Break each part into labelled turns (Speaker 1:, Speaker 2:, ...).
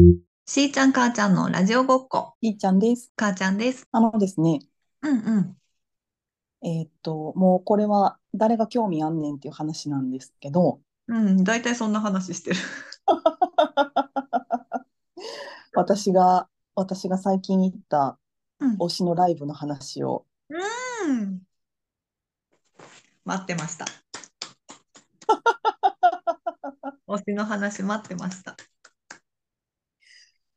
Speaker 1: いちゃん、かーちゃんのラジオごっこ、
Speaker 2: いいちゃんです。
Speaker 1: かーちゃんです。
Speaker 2: あのですね、
Speaker 1: うんうん。
Speaker 2: えーっと、もうこれは誰が興味あんねんっていう話なんですけど、
Speaker 1: うん、大体そんな話してる。
Speaker 2: 私が、私が最近行った
Speaker 1: うん
Speaker 2: 推しのライブの話を、
Speaker 1: うん。待ってました。 推しの話待ってました。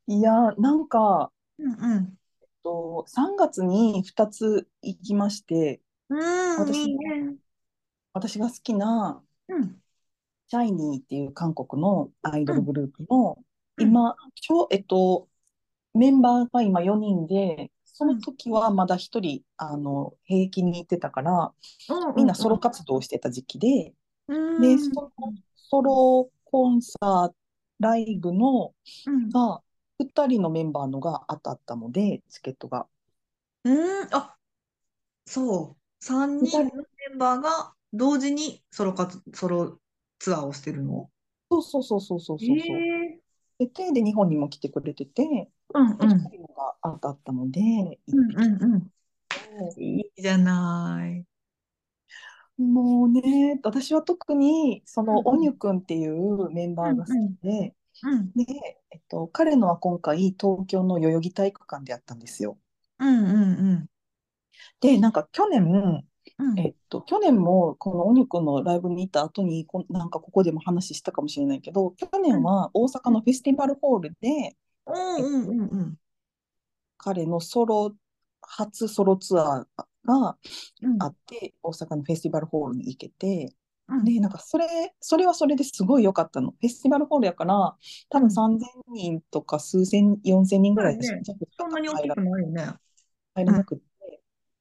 Speaker 2: いやー、なんか、
Speaker 1: うんうん。
Speaker 2: えっと、3月に2つ行きまして、
Speaker 1: うん、
Speaker 2: 私
Speaker 1: いいね。
Speaker 2: 私が好きな、
Speaker 1: うん。
Speaker 2: シャイニーっていう韓国のアイドルグループの、
Speaker 1: うん
Speaker 2: 今、ちょ、えっと、メンバーが今4人で、その時はまだ1人、あの、平均に行ってたから、みんなソロ活動をしてた時期で、
Speaker 1: うん。
Speaker 2: で、そのソロコンサート、ライブの
Speaker 1: うん。
Speaker 2: が、2人のメンバーのが当たったので、チケットが。
Speaker 1: うん、あ、そう。三人のメンバーが同時にソロ活、ソロツアーをしてるの。
Speaker 2: そうそうそうそうそうそう。
Speaker 1: え
Speaker 2: で、手で日本にも来てくれてて、
Speaker 1: うんう
Speaker 2: 2
Speaker 1: ん。
Speaker 2: 人のが当たったので、
Speaker 1: うんうんうん。
Speaker 2: 行って
Speaker 1: いいじゃない。
Speaker 2: もうね、私は特にそ
Speaker 1: うん
Speaker 2: のおにゅくんっていうメンバーが好きで、
Speaker 1: うん
Speaker 2: で、えっと、彼のは今回東京の代々木体育館でやったんですよ。
Speaker 1: うんうん
Speaker 2: で、なんか去年、
Speaker 1: うん。
Speaker 2: えっと、去年もこのおにゅくんのライブに行った後にこ、なんかここでも話したかもしれないけど、去年は大阪のフェスティバルホールで
Speaker 1: うんうんうんうん
Speaker 2: 彼のソロ、初ソロツアーが
Speaker 1: うん。
Speaker 2: あって、大阪のフェスティバルホールに行けて、
Speaker 1: うん
Speaker 2: で、なんかそれ、それはそれですごい良かったの。フェスティバルホールやから、多分
Speaker 1: うん
Speaker 2: 3000人とか数千、4000人ぐらい
Speaker 1: そうね
Speaker 2: じゃ
Speaker 1: そんなに大きくないよね。
Speaker 2: 入らなくて、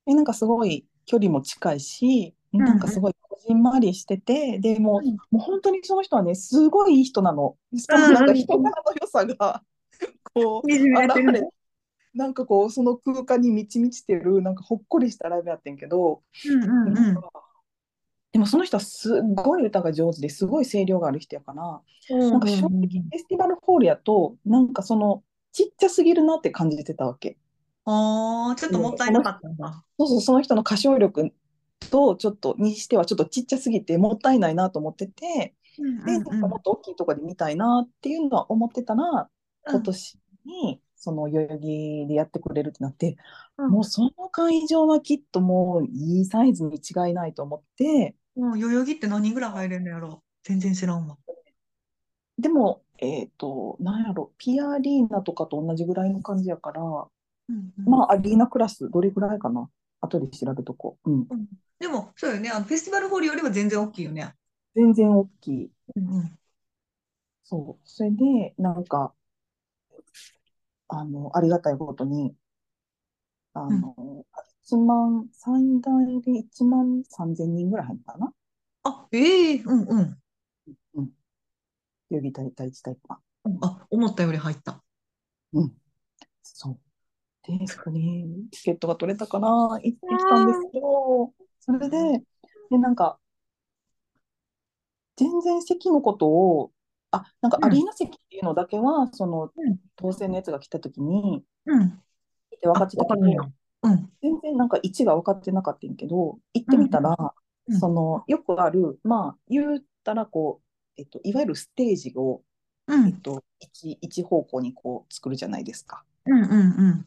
Speaker 2: で、なんかすごい距離も近いし、なんかすごいこじんまりしてて、でもう、
Speaker 1: うん
Speaker 2: もう本当にその人はね、すごいいい人なの。しかもな
Speaker 1: うん
Speaker 2: ん
Speaker 1: う
Speaker 2: か
Speaker 1: ん
Speaker 2: 人柄の良さが、こう、
Speaker 1: にじみ出て
Speaker 2: 現
Speaker 1: る
Speaker 2: れ、なんかこう、その空間に満ち満ちてる、なんかほっこりしたライブやってんけど、
Speaker 1: うんうんうん。
Speaker 2: でもその人はすっごい歌が上手ですごい声量がある人やから、なんか正直フェスティバルホールやとなんかそのちっちゃすぎるなって感じてたわけ
Speaker 1: ああ、ちょっともったいなかったんだ。
Speaker 2: そうそうその人の歌唱力とちょっとにしてはちょっとちっちゃすぎてもったいないなと思ってて、
Speaker 1: うん
Speaker 2: でなんかもっと大きいとこで見たいなっていうのは思ってたら今年にその代々木でやってくれるってなって、
Speaker 1: うん
Speaker 2: もうその会場はきっともういいサイズに違いないと思って。
Speaker 1: もう代々木って何人ぐらい入れるのやろ全然知らんわ。
Speaker 2: でも、えっと、なんやろ、ピアリーナとかと同じぐらいの感じやから、
Speaker 1: うんうん
Speaker 2: まあ、アリーナクラス、どれぐらいかな、後で調べとこう。うん、
Speaker 1: うんでも、そうよね。あのフェスティバルホールよりは全然大きいよね。
Speaker 2: 全然大きい。
Speaker 1: うんうん
Speaker 2: そう。それで、なんか、あの、ありがたいことに、あの、1万、最大で1万3000人ぐらい入ったかな、
Speaker 1: あ、ええうんうん。
Speaker 2: 代々木第第一体育館。
Speaker 1: あ、思ったより入った。
Speaker 2: うん。そう。で、そこにチケットが取れたから行ってきたんですけど、それで、で、なんか、全然席のことを、あ、なんか
Speaker 1: うん
Speaker 2: アリーナ席っていうのだけは、その
Speaker 1: うん、
Speaker 2: 当選のやつが来たときに、
Speaker 1: うん。
Speaker 2: 聞いて分かってた
Speaker 1: わか
Speaker 2: け
Speaker 1: るんや
Speaker 2: ど、
Speaker 1: うん。
Speaker 2: 全然なんか位置が分かってなかったんやけど、行ってみたら、
Speaker 1: うん
Speaker 2: その、よくある、まあ、言ったらこう、えっと、いわゆるステージを、
Speaker 1: うん
Speaker 2: えっと、一、一方向にこう作るじゃないですか。
Speaker 1: うんうんうん。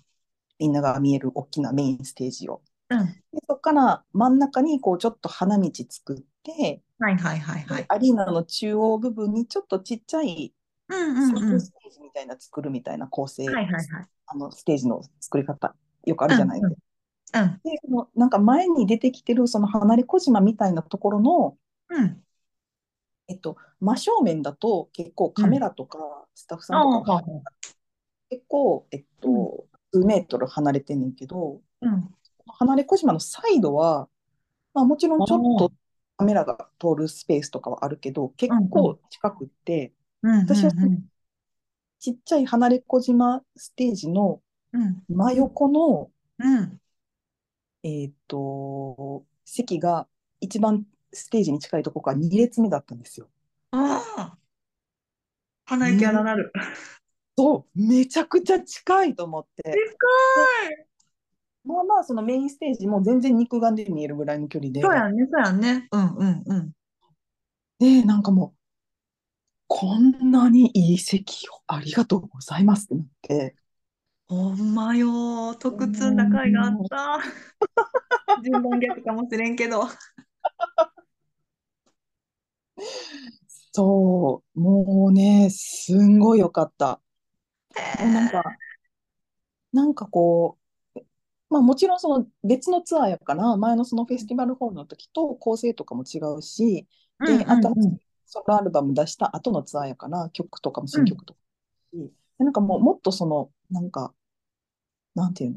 Speaker 2: みんなが見える大きなメインステージを。
Speaker 1: うん
Speaker 2: でそこから真ん中にこうちょっと花道作って、
Speaker 1: はいはいはいはい。
Speaker 2: アリーナの中央部分にちょっとちっちゃい
Speaker 1: うんうん
Speaker 2: サ
Speaker 1: うん。は
Speaker 2: ーク
Speaker 1: い
Speaker 2: ルステージみたいな作るみたいな構成、
Speaker 1: はいはい。
Speaker 2: あのステージの作り方よくあるじゃないですか。
Speaker 1: うん
Speaker 2: でそのなんか前に出てきてるその離れ小島みたいなところの、
Speaker 1: うん。
Speaker 2: えっと、真正面だと結構カメラとかスタッフさんとかが結構、えっと、数メートル離れてんねんけど、
Speaker 1: うん。
Speaker 2: 離れ小島のサイドは、まあ、もちろんちょっ
Speaker 1: おー
Speaker 2: とカメラが通るスペースとかはあるけど結構近くって、
Speaker 1: うん。
Speaker 2: 私は
Speaker 1: うん
Speaker 2: ちっちゃい離れ小島ステージの
Speaker 1: うん。
Speaker 2: 真横の、
Speaker 1: うん。
Speaker 2: えー、と席が一番ステージに近いとこから2列目だったんですよ。
Speaker 1: ああ。鼻息荒なる。
Speaker 2: そう、めちゃくちゃ近いと思って。
Speaker 1: 近い。
Speaker 2: まあまあ、そのメインステージも全然肉眼で見えるぐらいの距離で。
Speaker 1: そうやんね、そうやんね。うんうんうん。
Speaker 2: で、なんかもう、こんなにいい席をありがとうございますってなって、
Speaker 1: ほんまよ、特通な会があった。順番逆かもしれんけど。
Speaker 2: そう、もうね、すんごい良かった。もうなんか、なんかこう、まあもちろんその別のツアーやから、前のそのフェスティバルホールの時と構成とかも違うし、
Speaker 1: うん
Speaker 2: で、
Speaker 1: うん
Speaker 2: 新
Speaker 1: う
Speaker 2: し
Speaker 1: ん
Speaker 2: いソロアルバム出した後のツアーやから、曲とかも新曲とかもいいし、でなんかもう、もっとその、なんか、なんていうの、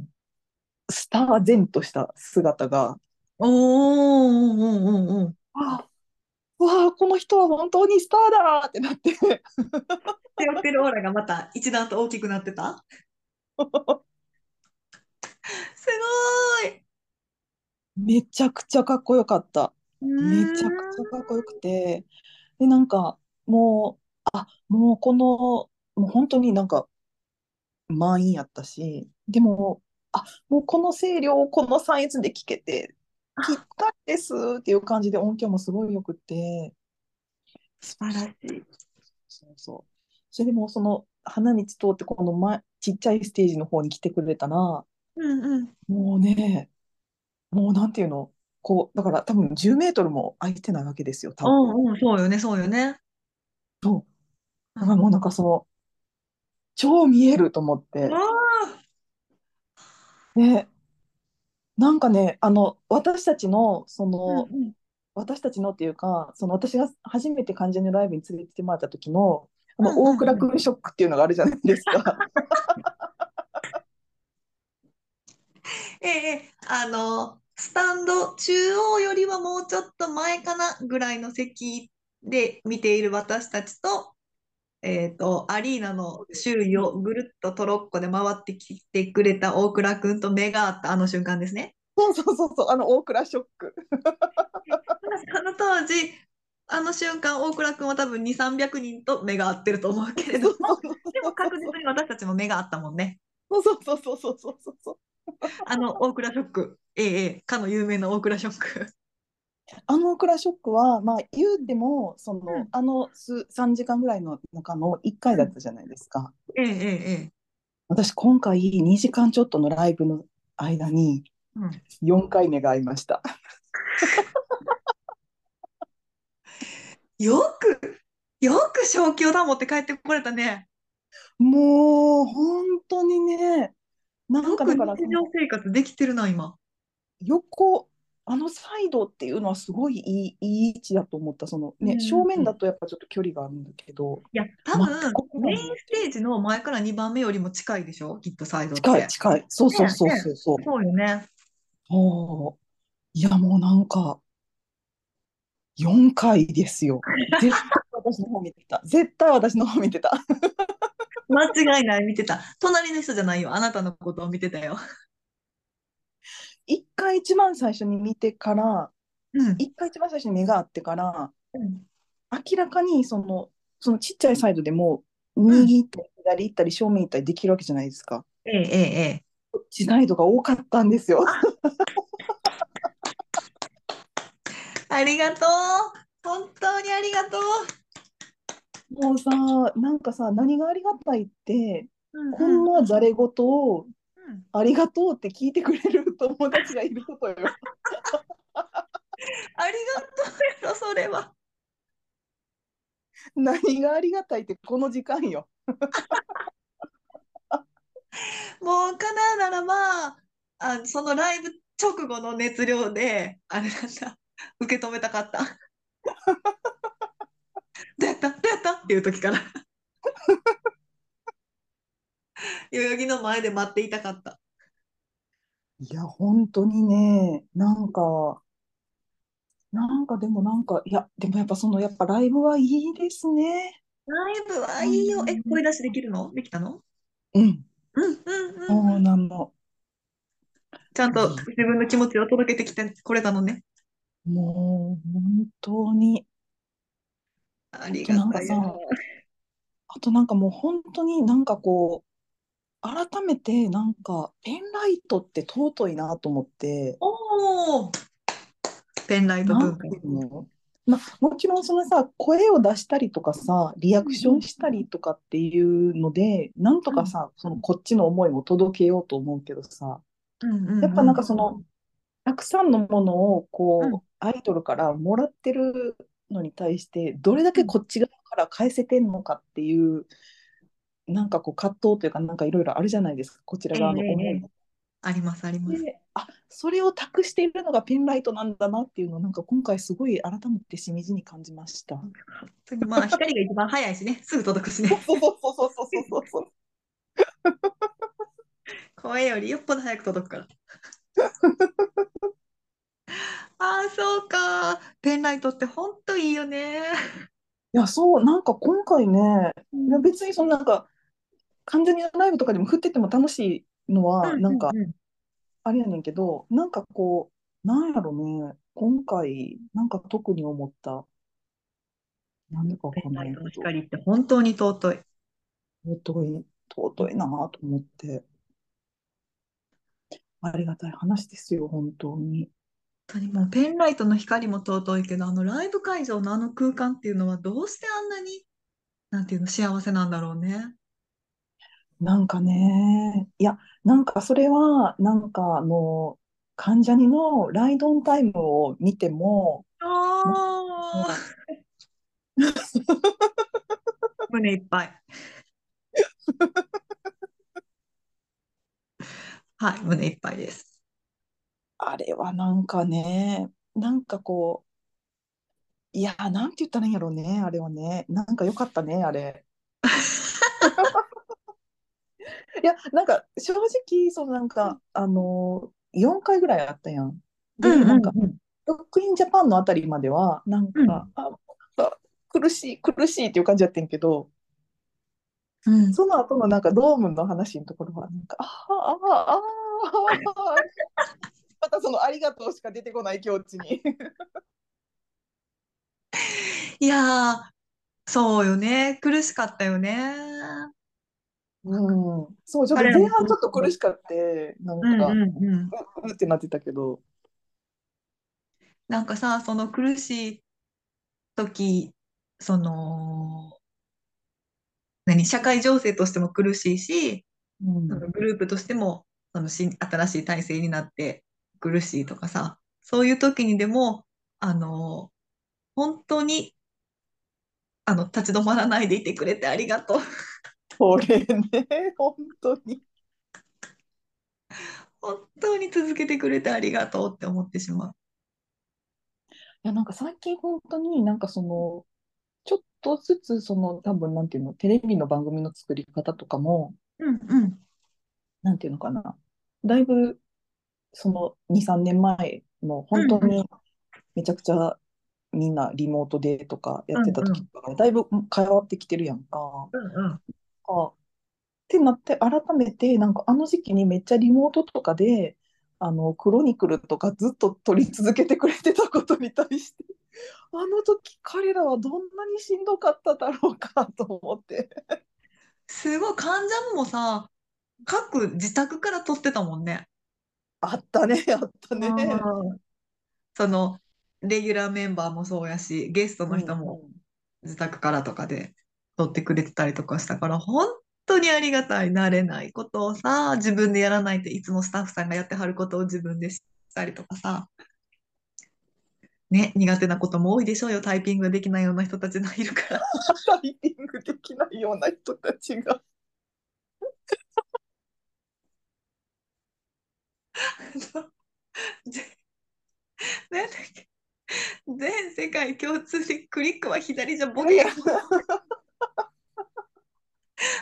Speaker 2: スター然とした姿が、
Speaker 1: おーおーおーおーおー
Speaker 2: あわあ、この人は本当にスターだーってなって、
Speaker 1: 背負ってるオーラがまた一段と大きくなってた。すごーい。
Speaker 2: めちゃくちゃかっこよかった。めちゃ
Speaker 1: うーん
Speaker 2: くちゃかっこよくて、で、なんか、もう、あ、もうこの、もう本当になんか、満員やったし、でも、あ、もうこの声量をこのサイズで聞けて、ぴったりですっていう感じで音響もすごいよくて、
Speaker 1: 素晴らしい。
Speaker 2: そうそう。それでもうその、花道通ってこの前、ちっちゃいステージの方に来てくれたら、も
Speaker 1: うんうん。
Speaker 2: うね、もうなんていうの、こう、だから多分10メートルも空いてないわけですよ、多分。
Speaker 1: うんうん、そうよね、そうよね。
Speaker 2: そうう。
Speaker 1: ん
Speaker 2: だからもうなんかその、超見えると思って。
Speaker 1: わ
Speaker 2: ね、なんかね、あの、私たちの、そ
Speaker 1: ー
Speaker 2: の、
Speaker 1: うんうん
Speaker 2: 私たちのっていうか、その私が初めて関ジャニのライブに連れてってもらった時の、あの、
Speaker 1: うんうんうん
Speaker 2: 大倉君ショックっていうのがあるじゃないですか。
Speaker 1: ええ、あの、スタンド中央よりはもうちょっと前かなぐらいの席で見ている私たちと、えっと、アリーナの周囲をぐるっとトロッコで回ってきてくれた大倉くんと目が合ったあの瞬間ですね。
Speaker 2: そうそうそうそう、あの、大倉ショック。
Speaker 1: あの当時、あの瞬間、大倉くんは多分2、300人と目が合ってると思うけれど
Speaker 2: そう
Speaker 1: も、でも確実に私たちも目が合ったもんね。
Speaker 2: そうそうそうそうそうそうそう。
Speaker 1: あの、大倉ショック。ええ、ええかの有名な大倉ショッ ク。
Speaker 2: あの大倉ショックは、まあ、言うても、その、
Speaker 1: うん
Speaker 2: あの数3時間ぐらいの中の1回だったじゃないですか。
Speaker 1: ええ、ええ、ええ。
Speaker 2: 私、今回2時間ちょっとのライブの間に、
Speaker 1: うん
Speaker 2: 4回目が合いました。
Speaker 1: よく、よく正気を保って帰ってこれたね。
Speaker 2: もう本当にね、な
Speaker 1: よ
Speaker 2: んか
Speaker 1: く
Speaker 2: だ
Speaker 1: 日
Speaker 2: から、
Speaker 1: 常生活できてるな、今。
Speaker 2: 横、あのサイドっていうのはすごいいい、いい位置だと思った、その
Speaker 1: うん
Speaker 2: ね、正面だとやっぱちょっと距離があるんだけど、
Speaker 1: いや、多
Speaker 2: 全
Speaker 1: 分、
Speaker 2: くこ
Speaker 1: メ
Speaker 2: な
Speaker 1: イ
Speaker 2: い
Speaker 1: ンステージの前から2番目よりも近いでしょ、きっとサイドって。
Speaker 2: 近い、近い、そうそうそう
Speaker 1: ね
Speaker 2: そうそう、
Speaker 1: そうよね。
Speaker 2: そういや、もうなんか、4回ですよ。絶対私の方見てた、絶対私の方見てた。
Speaker 1: 間違いない、見てた。隣の人じゃないよ、あなたのことを見てたよ。
Speaker 2: 1回一番最初に見てから、
Speaker 1: うん。
Speaker 2: 1回一番最初に目が合ってから、
Speaker 1: うん
Speaker 2: 明らかにその、そのちっちゃいサイドでも、
Speaker 1: ん
Speaker 2: 右行ったり左行ったり正面行ったりできるわけじゃないですか。
Speaker 1: ええ、ええ、ええ。
Speaker 2: こっちサイドが多かったんですよ。
Speaker 1: ありがとう。本当にありがとう。
Speaker 2: もうさ、なんかさ、何がありがたいって、
Speaker 1: うん
Speaker 2: こんなざれ言を
Speaker 1: うん
Speaker 2: ありがとうって聞いてくれる友達がいることよ。
Speaker 1: ありがとうやろ、それは。
Speaker 2: 何がありがたいってこの時間よ。
Speaker 1: もうかなならば、あ、そのライブ直後の熱量で、あれなんだ、受け止めたかった。 どうやったどうやったっていう時から。 代々木の前で待っていたかった。
Speaker 2: いや、本当にね、なんか、なんかでもなんか、いや、でもやっぱその、やっぱライブはいいですね。
Speaker 1: ライブはいいよ。え、
Speaker 2: うん
Speaker 1: 声出しできるのできたの
Speaker 2: うん、
Speaker 1: うんうんうん
Speaker 2: そう
Speaker 1: うん。
Speaker 2: なの。
Speaker 1: ちゃんと自分の気持ちを届けてきてこれたのね。
Speaker 2: もう本当に、
Speaker 1: あり
Speaker 2: と
Speaker 1: が
Speaker 2: なん
Speaker 1: た
Speaker 2: か
Speaker 1: い
Speaker 2: さ、
Speaker 1: よ。
Speaker 2: あとなんかもう本当になんかこう、改めてなんかペンライトって尊いなと思って、
Speaker 1: おお、ペンライト文
Speaker 2: なん
Speaker 1: 化。
Speaker 2: ていうの、まあ、もちろんそのさ、声を出したりとかさ、リア
Speaker 1: う
Speaker 2: ク
Speaker 1: ん
Speaker 2: ションしたりとかっていうので、なんと
Speaker 1: う
Speaker 2: か
Speaker 1: ん
Speaker 2: さ、そのこっちの思いも届けようと思うけどさ、
Speaker 1: うんう
Speaker 2: やっ
Speaker 1: ん
Speaker 2: ぱ
Speaker 1: う
Speaker 2: な
Speaker 1: ん
Speaker 2: んかその、たくさんのものを
Speaker 1: うんうん
Speaker 2: こうアイドルからもらってるのに対してどれだ
Speaker 1: う
Speaker 2: け
Speaker 1: ん
Speaker 2: こっち側から返せてんのかっていうなんかこう葛藤というかなんかいろいろあるじゃないですかこちら
Speaker 1: ええ
Speaker 2: 側の
Speaker 1: え
Speaker 2: 思
Speaker 1: え
Speaker 2: い
Speaker 1: ええありますあります。
Speaker 2: であそれを託しているのがペンライトなんだなっていうのをなんか今回すごい改めてしみじみ感じました。
Speaker 1: 本当にまあ 光が一番早いしね、すぐ届くしね。
Speaker 2: そうそうそうそうそうそうそう
Speaker 1: 声よりよっぽど早く届く から。ああ、そうか。ペンライトって本当いいよね。
Speaker 2: いやそうなんか今回ね
Speaker 1: う
Speaker 2: いや
Speaker 1: ん
Speaker 2: 別にそのなんか完全にライブとかでも振ってても楽しいの
Speaker 1: う
Speaker 2: は
Speaker 1: ん
Speaker 2: なんか
Speaker 1: うんうん。
Speaker 2: あれやねんけど、なんかこう、なんやろね、今回、なんか特に思った、なんでかわ
Speaker 1: ペ
Speaker 2: か
Speaker 1: ン
Speaker 2: ん
Speaker 1: ラ
Speaker 2: な
Speaker 1: イ
Speaker 2: い
Speaker 1: トの
Speaker 2: けど、
Speaker 1: 光って本当に尊い。
Speaker 2: 尊い、尊いなぁと思って、ありがたい話ですよ、本当に。
Speaker 1: 本当にもうペンライトの光も尊いけど、あのライブ会場のあの空間っていうのはどうしてあんなに、なんていうの、幸せなんだろうね。
Speaker 2: なんかね、いや、なんかそれは、なんかあの、関ジャニのライドオンタイムを見ても、なんか
Speaker 1: ああ、
Speaker 2: こ
Speaker 1: 胸いっぱい。 はい、胸いっぱいです。
Speaker 2: うあれはなんかね、なんかこう、いや、なんて言ったらいいんやろうね、あれはね、なんか良かったね、あ れ。いや、なんか正直、そのなんか、あのー、4回ぐらいあったやん。
Speaker 1: う
Speaker 2: で、
Speaker 1: ん
Speaker 2: なん
Speaker 1: うん
Speaker 2: か、
Speaker 1: うん
Speaker 2: ロックインジャパンのあたりまでは、なん
Speaker 1: うん
Speaker 2: か、あ、なんか苦しい、苦しいっていう感じやってんけど、
Speaker 1: うん
Speaker 2: その後のなんか、ドームの話のところは、なんか、ああ、ああ、あー またそのありがとうしか出てこない境地に。
Speaker 1: いやー、そうよね。苦しかったよね。わかる
Speaker 2: うん、そう、ちょっと
Speaker 1: 彼ら
Speaker 2: 前
Speaker 1: もそ
Speaker 2: 半ちょ
Speaker 1: う
Speaker 2: っと苦
Speaker 1: そ
Speaker 2: しかって、なん
Speaker 1: う。うん
Speaker 2: か、
Speaker 1: うんうん。
Speaker 2: う、うってなってたけど、
Speaker 1: なんかさ、その苦しい時、その、何、社会情勢としても苦しいし、
Speaker 2: う
Speaker 1: そ
Speaker 2: ん、
Speaker 1: のグループとしても、その新、新しい体制になって苦しいとかさ、そういう時にでも、あの、本当に、あの、立ち止まらないでいてくれてありがとう。
Speaker 2: これね、本当に。
Speaker 1: 本当に続けてくれてありがとうって思ってしまう。
Speaker 2: いや、なんか最近本当になんかその、ちょっとずつその多分なんていうの、テレビの番組の作り方とかも、
Speaker 1: うんうん。
Speaker 2: なんていうのかな、だいぶその2、3年前の
Speaker 1: う
Speaker 2: 本
Speaker 1: ん
Speaker 2: 当
Speaker 1: うん。
Speaker 2: にめちゃくちゃみんなリモートでとかや
Speaker 1: う
Speaker 2: って
Speaker 1: ん
Speaker 2: た
Speaker 1: う
Speaker 2: 時
Speaker 1: ん。
Speaker 2: とからだいぶ変わってきてるやんか。
Speaker 1: うんうん。
Speaker 2: あ、ってなって改めてなんかあの時期にめっちゃリモートとかで、あのクロニクルとかずっと撮り続けてくれてたことに対して あの時彼らはどんなにしんどかっただろうかと思って。
Speaker 1: すごい、患者もさ、各自宅から撮ってたもんね。
Speaker 2: あったね、あったね。
Speaker 1: うんその、レギュラーメンバーもそうやし、ゲスト
Speaker 2: う
Speaker 1: の
Speaker 2: ん
Speaker 1: 人も
Speaker 2: うん。
Speaker 1: 自宅からとかで撮ってくれてたりとかしたから、本当にありがたい、慣れないことをさ、自分でやらないといつもスタッフさんがやってはることを自分でしたりとかさ、ね、苦手なことも多いでしょうよ、タイピングができないような人たちがいるから。
Speaker 2: タイピングできないような人たちが。
Speaker 1: ぜなんだっけ全世界共通でクリックは左じゃボ
Speaker 2: い
Speaker 1: ケ
Speaker 2: や、
Speaker 1: や。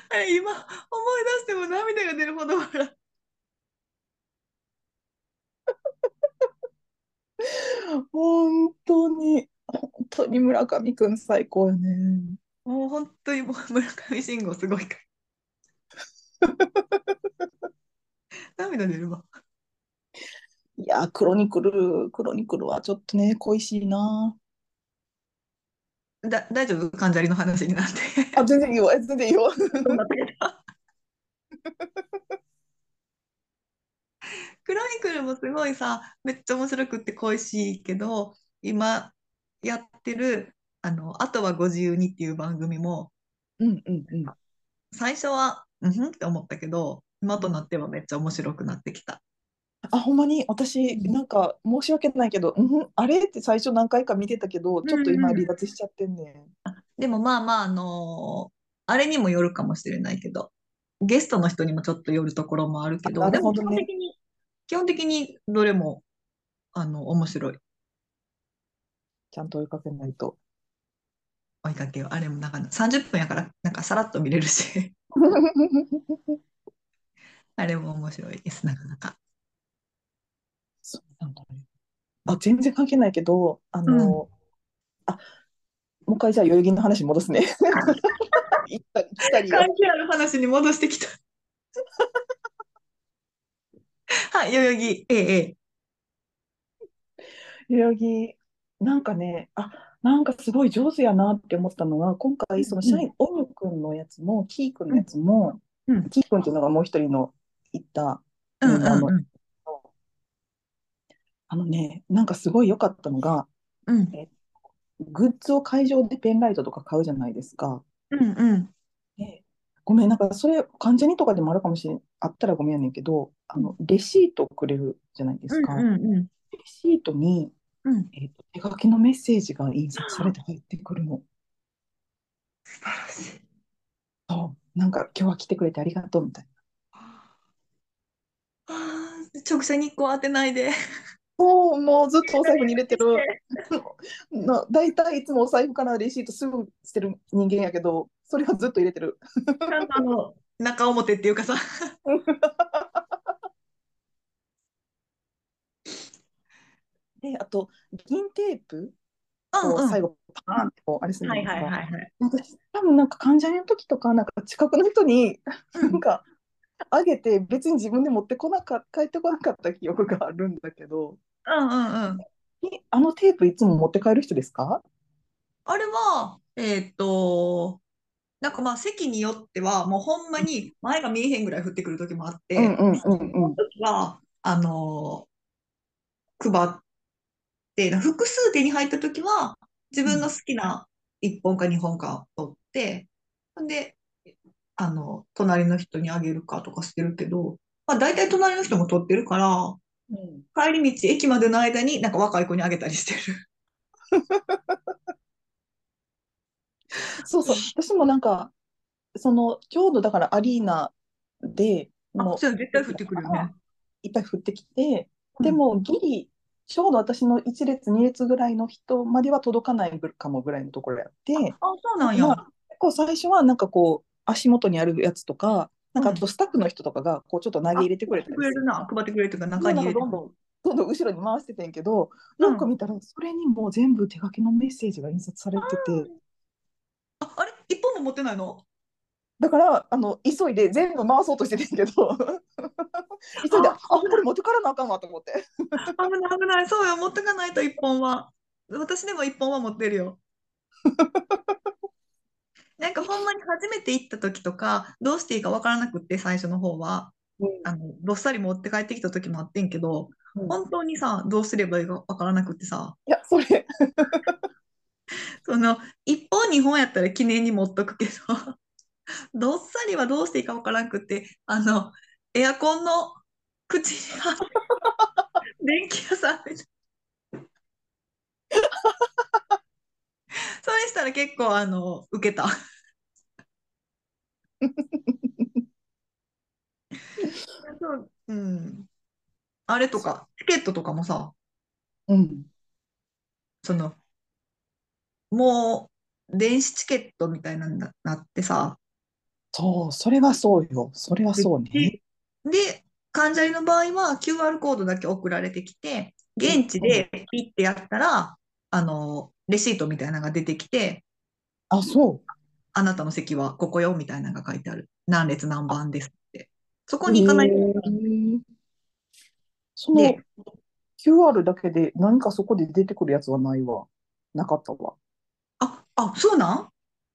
Speaker 1: あれ、今思い出しても涙が出るほど笑う。
Speaker 2: 本当に、本当に村上くん最高よね。
Speaker 1: もう本当にもう村上信五すごいから。涙出るわ。
Speaker 2: いや、クロニクル、クロニクルはちょっとね、恋しいな。
Speaker 1: だ、大丈夫関ジャリの話になって。
Speaker 2: あ、全然いいよ。え全然いいよ。
Speaker 1: クロニクルもすごいさ、めっちゃ面白くって恋しいけど、今やってる、あの、あとはご自由にっていう番組も、
Speaker 2: うんうんうん。
Speaker 1: 最初は、うんふんって思ったけど、今となってはめっちゃ面白くなってきた。
Speaker 2: あ、ほんまに私、
Speaker 1: うん
Speaker 2: なんか申し訳ないけど、うんふん、あれって最初何回か見てたけど、ちょっと今
Speaker 1: うんうん
Speaker 2: 離脱しちゃってんねん。
Speaker 1: でもまあまあ、あのーあれにもよるかもしれないけど、ゲストの人にもちょっとよるところもあるけど、
Speaker 2: な
Speaker 1: で
Speaker 2: る
Speaker 1: も
Speaker 2: ほ
Speaker 1: 基
Speaker 2: ど
Speaker 1: 本
Speaker 2: ね。
Speaker 1: 的に、基本的にどれも、あの、面白い。
Speaker 2: ちゃんと追いかけないと。
Speaker 1: 追いかけよあれもなんか30分やから、なんかさらっと見れるし、 あれも面白いです、なかなか。
Speaker 2: そうなんだね。あ、全然関係ないけど、あ
Speaker 1: うん。
Speaker 2: の、あ、もう一回じゃあ代々木の話戻す ね。行ったり来たり
Speaker 1: 関
Speaker 2: を。
Speaker 1: 係ある話に戻してきた。 はい、代々木。ええ、ええ。
Speaker 2: 代々木、なんかね、あ、なんかすごい上手やなって思ったのは、今
Speaker 1: う
Speaker 2: 回、そ
Speaker 1: ん
Speaker 2: の
Speaker 1: う
Speaker 2: 社
Speaker 1: ん
Speaker 2: 員、オル君のやつも、キー君
Speaker 1: う
Speaker 2: の
Speaker 1: ん
Speaker 2: やつも、
Speaker 1: うん
Speaker 2: キー君っていうのがもう一人の行った
Speaker 1: う
Speaker 2: メンバー
Speaker 1: ん
Speaker 2: の、
Speaker 1: うん
Speaker 2: あのね、なんかすごい良かったのが、
Speaker 1: うんうん
Speaker 2: え、グッズを会場でペンライトとか買うじゃないですか。
Speaker 1: うんうん
Speaker 2: でごめん、なんかそれ、関ジャニとかでもあるかもしれん、あったらごめんやねんけど、あの、レシートくれるじゃないで
Speaker 1: う
Speaker 2: す
Speaker 1: ん
Speaker 2: か。
Speaker 1: うん
Speaker 2: レシートに、
Speaker 1: うんうん
Speaker 2: えっと、手書きのメッセージが印刷されて入ってくるの。
Speaker 1: 素晴らしい。
Speaker 2: そうなんか今日は来てくれてありがとうみたいな。
Speaker 1: あー直射日光当てないで。
Speaker 2: おお、もうずっとお財布に入れ てる。
Speaker 1: して
Speaker 2: の、大体いつもお財布からレシートすぐ捨てる人間やけど、それはずっと入れてる。
Speaker 1: ちゃんとあの、中表っていうかさ、
Speaker 2: で、あと、銀テープ
Speaker 1: うん
Speaker 2: を
Speaker 1: うん。
Speaker 2: 最後、パーンってこう、あれするじ
Speaker 1: は
Speaker 2: ゃ
Speaker 1: い
Speaker 2: ないで
Speaker 1: は
Speaker 2: す
Speaker 1: い
Speaker 2: か。
Speaker 1: はいはい。
Speaker 2: 私、多分なんか患者の時とか、なんか近くの人に、
Speaker 1: う
Speaker 2: なん
Speaker 1: ん。
Speaker 2: か、あげて、別に自分で持ってこなかった、帰ってこなかった記憶があるんだけど、
Speaker 1: うんうんうん。
Speaker 2: えあのテープいつも持って帰る人ですか
Speaker 1: あれは、えーっと、なんかまあ席によっては、もうほんまに前が見えへんぐらい降ってくる時もあっ
Speaker 2: うん
Speaker 1: て、
Speaker 2: うんうんう
Speaker 1: その
Speaker 2: ん。
Speaker 1: 時は、あのー配って、複数手に入った時は、自
Speaker 2: う
Speaker 1: 分の
Speaker 2: ん
Speaker 1: 好きな1本か2本か取って、ほんで、あの、隣の人にあげるかとかしてるけど、まあ大体隣の人も取ってるから、
Speaker 2: うん
Speaker 1: 帰り道、駅までの間になんか若い子にあげたりしてる。
Speaker 2: そうそう、私もなんか、そのちょうどだからアリーナで
Speaker 1: あ、
Speaker 2: の
Speaker 1: そうや、絶対
Speaker 2: 時
Speaker 1: 降っ
Speaker 2: だ
Speaker 1: てく
Speaker 2: か
Speaker 1: るよ
Speaker 2: ら、
Speaker 1: ね。
Speaker 2: いっぱい降ってきて、
Speaker 1: う
Speaker 2: で
Speaker 1: ん。
Speaker 2: もギリ、ちょうど私の1列、2列ぐらいの人までは届かないかもぐらいのところやっ
Speaker 1: あ、
Speaker 2: て、
Speaker 1: あ、そうな
Speaker 2: だ
Speaker 1: ん
Speaker 2: か
Speaker 1: や。
Speaker 2: ら、結構最初はなんかこう、足元にあるやつとか、なん
Speaker 1: う
Speaker 2: かあ
Speaker 1: ん。
Speaker 2: とスタッフの人とかがこうちょっと投げ
Speaker 1: あ、
Speaker 2: 入れてく
Speaker 1: 配っ
Speaker 2: れ
Speaker 1: たて
Speaker 2: り
Speaker 1: くれ
Speaker 2: す
Speaker 1: る
Speaker 2: る
Speaker 1: な。
Speaker 2: か
Speaker 1: 配ってくれるというか、
Speaker 2: ら、も
Speaker 1: 中
Speaker 2: う
Speaker 1: に
Speaker 2: なん
Speaker 1: 入れ
Speaker 2: か
Speaker 1: て
Speaker 2: どん
Speaker 1: く
Speaker 2: ど
Speaker 1: る。
Speaker 2: ん、どんどん後ろに回しててんけど、
Speaker 1: う
Speaker 2: よく
Speaker 1: ん。
Speaker 2: 見たら、それにもう全部手書きのメッセージが印刷されてて、
Speaker 1: あ、あれ一本も持ってないの
Speaker 2: だから、あの、急いで全部回そうとしててん けど、急いで、
Speaker 1: あ、
Speaker 2: あ、
Speaker 1: 危
Speaker 2: これ持ってからなあかんわと思って。
Speaker 1: ない、危ない、危ない。そうよ、持ってかないと一本は。私でも一本は持ってる よ。なんかほんまに初めて行った時とか、どうしていいかわからなくって、最初の方は。
Speaker 2: う
Speaker 1: あ
Speaker 2: ん
Speaker 1: の、どっさり持って帰ってきた時もあってんけど、
Speaker 2: うん
Speaker 1: 本当にさ、どうすればいいかわからなくってさ、
Speaker 2: いや、それ、
Speaker 1: その、一本二本やったら記念に持っとくけど、 どっさりはどうしていいかわからなくって、あの、エアコンの口に貼って電気屋さんみたいな それしたら結構、あの、受けた。そう、うん。あれと
Speaker 2: そう
Speaker 1: か、チケットとかもさ、
Speaker 2: うん。
Speaker 1: その、もう、電子チケットみたいなのにななってさ、
Speaker 2: そう、それはそうよ。それは
Speaker 1: で、
Speaker 2: そうね。
Speaker 1: で、関ジャニの場合は QR コードだけ送られてきて、
Speaker 2: うん
Speaker 1: 現地
Speaker 2: うん。
Speaker 1: でピッてやったら、あの、レシートみたいなのが出てきて、
Speaker 2: あ、そう。
Speaker 1: あなたの席はここよみたいなのが書いてある。何列何
Speaker 2: あ、
Speaker 1: 番ですって。そこ
Speaker 2: へ
Speaker 1: に行かないと。
Speaker 2: え。そ
Speaker 1: で、
Speaker 2: の QR だけで何かそこで出てくるやつはないわ。なかったわ。
Speaker 1: あ、あ、そうな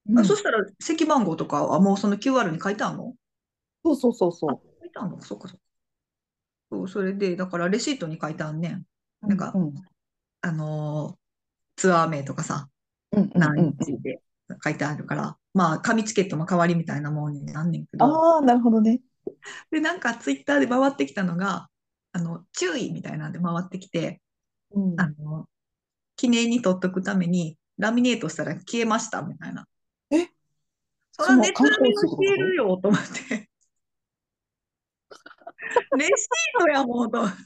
Speaker 1: ん
Speaker 2: う
Speaker 1: あ、そ
Speaker 2: ん。
Speaker 1: したら席番号とかはもうその QR に書いてあるの
Speaker 2: そうそうそうそ
Speaker 1: 書いてあるのそっかそっか。そう、それで、だからレシートに書いてあんねん。
Speaker 2: う。う
Speaker 1: なん
Speaker 2: んう
Speaker 1: か、
Speaker 2: ん。
Speaker 1: あのーツアー名とかさ、
Speaker 2: うんうんう
Speaker 1: 何
Speaker 2: んう
Speaker 1: 日
Speaker 2: ん。
Speaker 1: で書いてあるから、まあ、紙チケットの代わりみたいなもんになんねんけど、
Speaker 2: ああ、なるほどね。
Speaker 1: で、なんかツイッターで回ってきたのが、あの、注意みたいなんで回ってきて、
Speaker 2: うん。
Speaker 1: あの、記念に取っとくために、ラミネートしたら消えましたみたいな。
Speaker 2: え、
Speaker 1: そ
Speaker 2: そ
Speaker 1: ら、
Speaker 2: の
Speaker 1: 熱
Speaker 2: 観
Speaker 1: ラ
Speaker 2: 光
Speaker 1: ミ
Speaker 2: 地
Speaker 1: は
Speaker 2: ってこ
Speaker 1: 消える
Speaker 2: と
Speaker 1: よと思って、 レシートやもんと思って、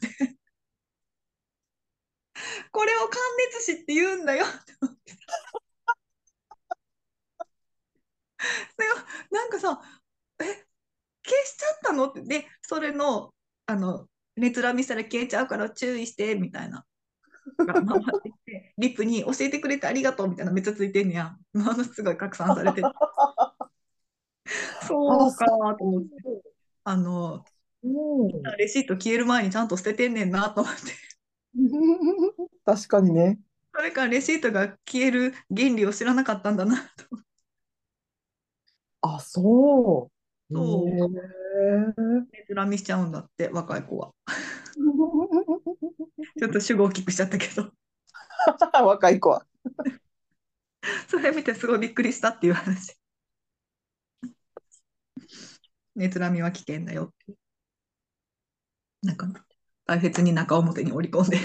Speaker 1: これを感熱紙って言うんだよ ってでなんかさ、え、消しちゃったのって、で、それの、あの、熱ラミしたら消えちゃうから注意してみたいな。が回ってきて、リップに教えてくれてありがとうみたいなめっちゃついてんねや。ものすごい拡散されてて、そ
Speaker 2: あ、
Speaker 1: うか
Speaker 2: そ
Speaker 1: と思って、
Speaker 2: う。
Speaker 1: あの、
Speaker 2: うん。
Speaker 1: レシート消える前にちゃんと捨ててんねんなと思って、
Speaker 2: 確かにね。
Speaker 1: それからレシートが消える原理を知らなかったんだなと。
Speaker 2: あ、そう。へ
Speaker 1: そう、
Speaker 2: え。
Speaker 1: 閲覧見しちゃうんだって、若い子は。ちょっと主語を大きくしちゃったけど、
Speaker 2: 若い子は。
Speaker 1: それ見てすごいびっくりしたっていう話。閲覧見は危険だよって。なんか、大切に中表に織り込んで。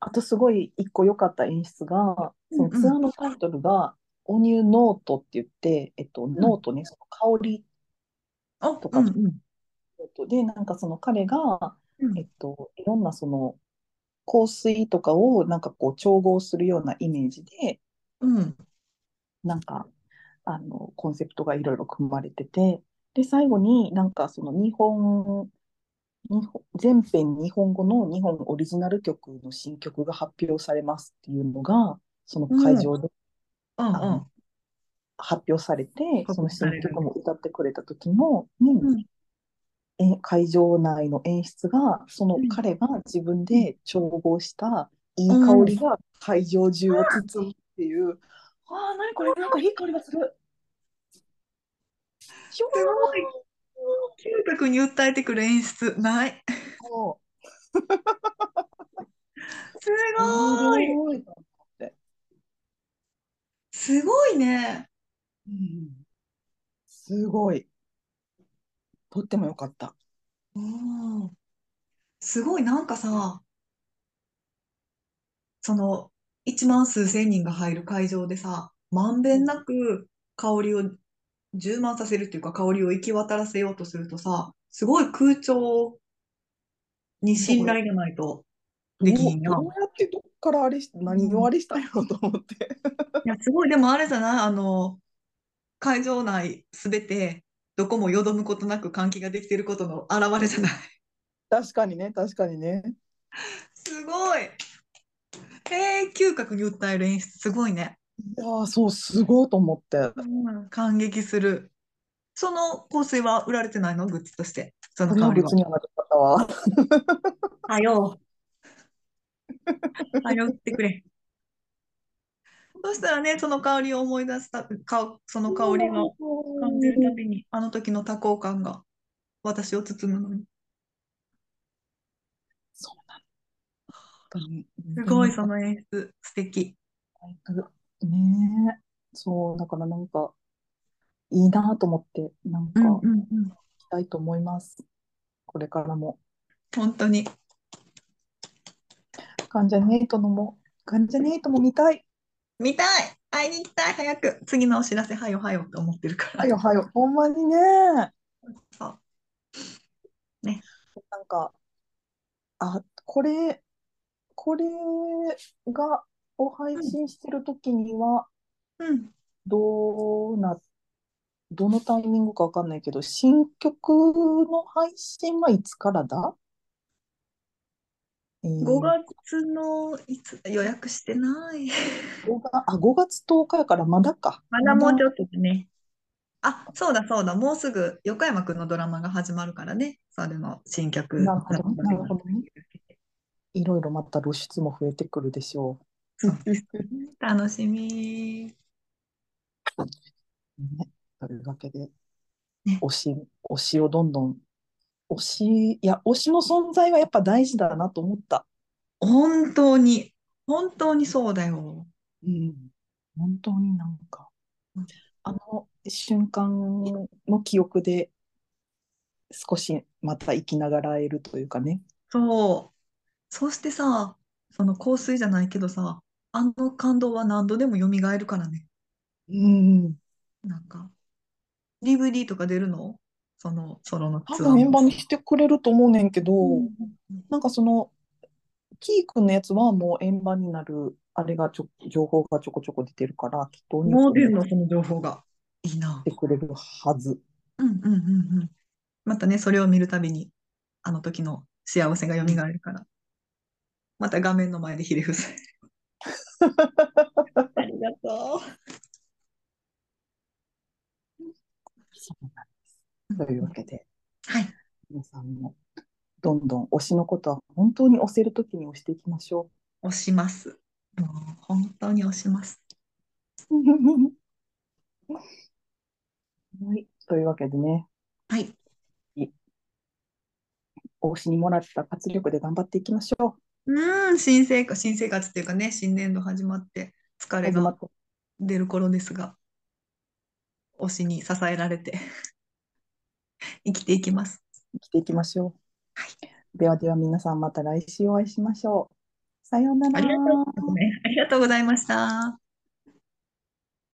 Speaker 2: あとすごい一個良かった演出が、
Speaker 1: う
Speaker 2: その
Speaker 1: んう
Speaker 2: ツアー
Speaker 1: ん。
Speaker 2: のタイトルが、お乳ノートって言って、えっと、
Speaker 1: うん。
Speaker 2: ノートね、その香り
Speaker 1: あ、
Speaker 2: と
Speaker 1: う
Speaker 2: か
Speaker 1: ん
Speaker 2: の
Speaker 1: うん。
Speaker 2: ノートで、なんかその彼が、
Speaker 1: う
Speaker 2: え
Speaker 1: ん
Speaker 2: っと、いろんなその香水とかをなんかこう調合するようなイメージで、
Speaker 1: うん。
Speaker 2: なんか、あの、コンセプトがいろいろ組まれてて、で、最後になんかその日本、日本、全編日本語の日本オリジナル曲の新曲が発表されますっていうのが、その
Speaker 1: う
Speaker 2: 会
Speaker 1: ん。
Speaker 2: 場で、
Speaker 1: うん
Speaker 2: あ
Speaker 1: う
Speaker 2: の、
Speaker 1: ん。
Speaker 2: 発表されて、
Speaker 1: 発
Speaker 2: その
Speaker 1: 表さ
Speaker 2: 新
Speaker 1: れる
Speaker 2: 曲
Speaker 1: ね。
Speaker 2: も歌ってくれた時の、に、
Speaker 1: うん
Speaker 2: え会場内の演出が、その
Speaker 1: うん
Speaker 2: 彼が自分
Speaker 1: うん
Speaker 2: で調合した
Speaker 1: う
Speaker 2: いい香
Speaker 1: ん。う
Speaker 2: り
Speaker 1: ん
Speaker 2: が会場中を包むっていう、ああ、何これ、なんかいい香りがする。ひょ
Speaker 1: すごい。
Speaker 2: ー
Speaker 1: 嗅覚に訴えてくる演出。ない。
Speaker 2: も
Speaker 1: す
Speaker 2: う、す
Speaker 1: ごい。
Speaker 2: ごいと思って。
Speaker 1: すごいね。
Speaker 2: うんすごい。とっても良かった。
Speaker 1: うん。すごい。なんかさ、その、一万数千人が入る会場でさ、まんべ
Speaker 2: うんん
Speaker 1: なく香りを充満させるっていうか、香りを行き渡らせようとするとさ、すごい空調に
Speaker 2: なんか
Speaker 1: 信
Speaker 2: これ、
Speaker 1: 頼がないとでき
Speaker 2: ど
Speaker 1: ひん
Speaker 2: う、
Speaker 1: や。
Speaker 2: どうんやって、どっからあれし、
Speaker 1: う
Speaker 2: 何をあ
Speaker 1: ん
Speaker 2: れしたんやろうと思って。
Speaker 1: いや、すごい。でもあれじゃないあの、会場内すべてどこもよどむことなく換気ができていることの表れじゃない。
Speaker 2: 確かにね、確かにね。
Speaker 1: すごい。えー、嗅覚に訴える演出すごいね。
Speaker 2: いやー、そう、すごいと思って。
Speaker 1: うん感激する。その香水は売られてないのグッズとして。その
Speaker 2: それは
Speaker 1: 香り
Speaker 2: グ
Speaker 1: は。
Speaker 2: ッズにはなかったわ。
Speaker 1: あ、はよ う。はよう売ってくれ。そしたらね、その香りを思い出したか、その香りを感じるたびに、あの時の多幸感が私を包むのに。
Speaker 2: そうなんだね。本
Speaker 1: す
Speaker 2: 当
Speaker 1: ごい、
Speaker 2: に。
Speaker 1: その演出、素敵。
Speaker 2: ねえ。そう、だからなんか、いいなと思って、なん
Speaker 1: うん
Speaker 2: か、
Speaker 1: うんうん。
Speaker 2: 行きたいと思います。これからも。
Speaker 1: 本当に。
Speaker 2: 関ジャニ∞のも、関ジャニ∞も見たい。
Speaker 1: 見たい会いに行きたい早く次のお知らせはよはよって思ってるか
Speaker 2: は
Speaker 1: ら。
Speaker 2: よはよ。ほんまにね。な
Speaker 1: そう。ね。
Speaker 2: んか、あ、これ、これが、を配
Speaker 1: うん。
Speaker 2: 信してる時には、
Speaker 1: うん。
Speaker 2: どうな、どのタイミングかわかんないけど、新曲の配信はいつからだえー、
Speaker 1: 5月のいつ予約してない。
Speaker 2: 5月、あ、5月10日やからまだか。
Speaker 1: まだ も
Speaker 2: ま
Speaker 1: う
Speaker 2: だ、
Speaker 1: ちょっとでね。あ、そうだそうだ。もうすぐ横山くんのドラマが始まるからね。それの新曲
Speaker 2: なるほ
Speaker 1: の
Speaker 2: ど、
Speaker 1: 話
Speaker 2: なる
Speaker 1: が。
Speaker 2: ほどね。いろいろまた露出も増えてくるでしょ
Speaker 1: そうですね。楽しみ。
Speaker 2: ね、というわけで、
Speaker 1: ね
Speaker 2: 推し、推しをどんどん、推し、いや、推しの存在はやっぱ大事だなと思った。
Speaker 1: 本当に、本当にそうだよ。
Speaker 2: うん。本当になんか、あの瞬間の記憶で、少しまた生きながらえるというかね。
Speaker 1: そう。そしてさ、その香水じゃないけどさ、あの感動は何度でも蘇るからね。
Speaker 2: うん。
Speaker 1: なんか、DVD とか出るのそのソロの
Speaker 2: 多
Speaker 1: ツアー
Speaker 2: 分円
Speaker 1: も。
Speaker 2: 盤にしてくれると思うねんけど、
Speaker 1: うん
Speaker 2: なんかその、キー君のやつはもう円盤になる、あれがちょ、情報がちょこちょこ出てるから、きっとお兄
Speaker 1: もう出
Speaker 2: 君
Speaker 1: る
Speaker 2: も
Speaker 1: の、
Speaker 2: 来
Speaker 1: その情報が。いいな。
Speaker 2: てくれるはず。
Speaker 1: うんうんうんうん。またね、それを見るたびに、あの時の幸せが蘇るから。また画面の前でひれ伏す。ありがと
Speaker 2: そうなん
Speaker 1: う。
Speaker 2: というわけで、
Speaker 1: はい。
Speaker 2: 皆さんも、どんどん推しのことは本当に押せるときに押していきましょ
Speaker 1: 押します。もう本当に押します。
Speaker 2: う。はい。というわけでね、
Speaker 1: はい。
Speaker 2: 推しにもらった活力で頑張っていきましょ
Speaker 1: うーん、新生活、新生活っていうかね、新年度始まって、疲
Speaker 2: う。
Speaker 1: れ
Speaker 2: 始ま
Speaker 1: が
Speaker 2: って、
Speaker 1: 出る頃ですが、推しに支えられて生きていきます。
Speaker 2: 生きていきましょ
Speaker 1: は
Speaker 2: う。ではでは皆さんまた来週お会いしましょう。さような
Speaker 1: ありがとうご
Speaker 2: ら。
Speaker 1: ざいますありがとうございました。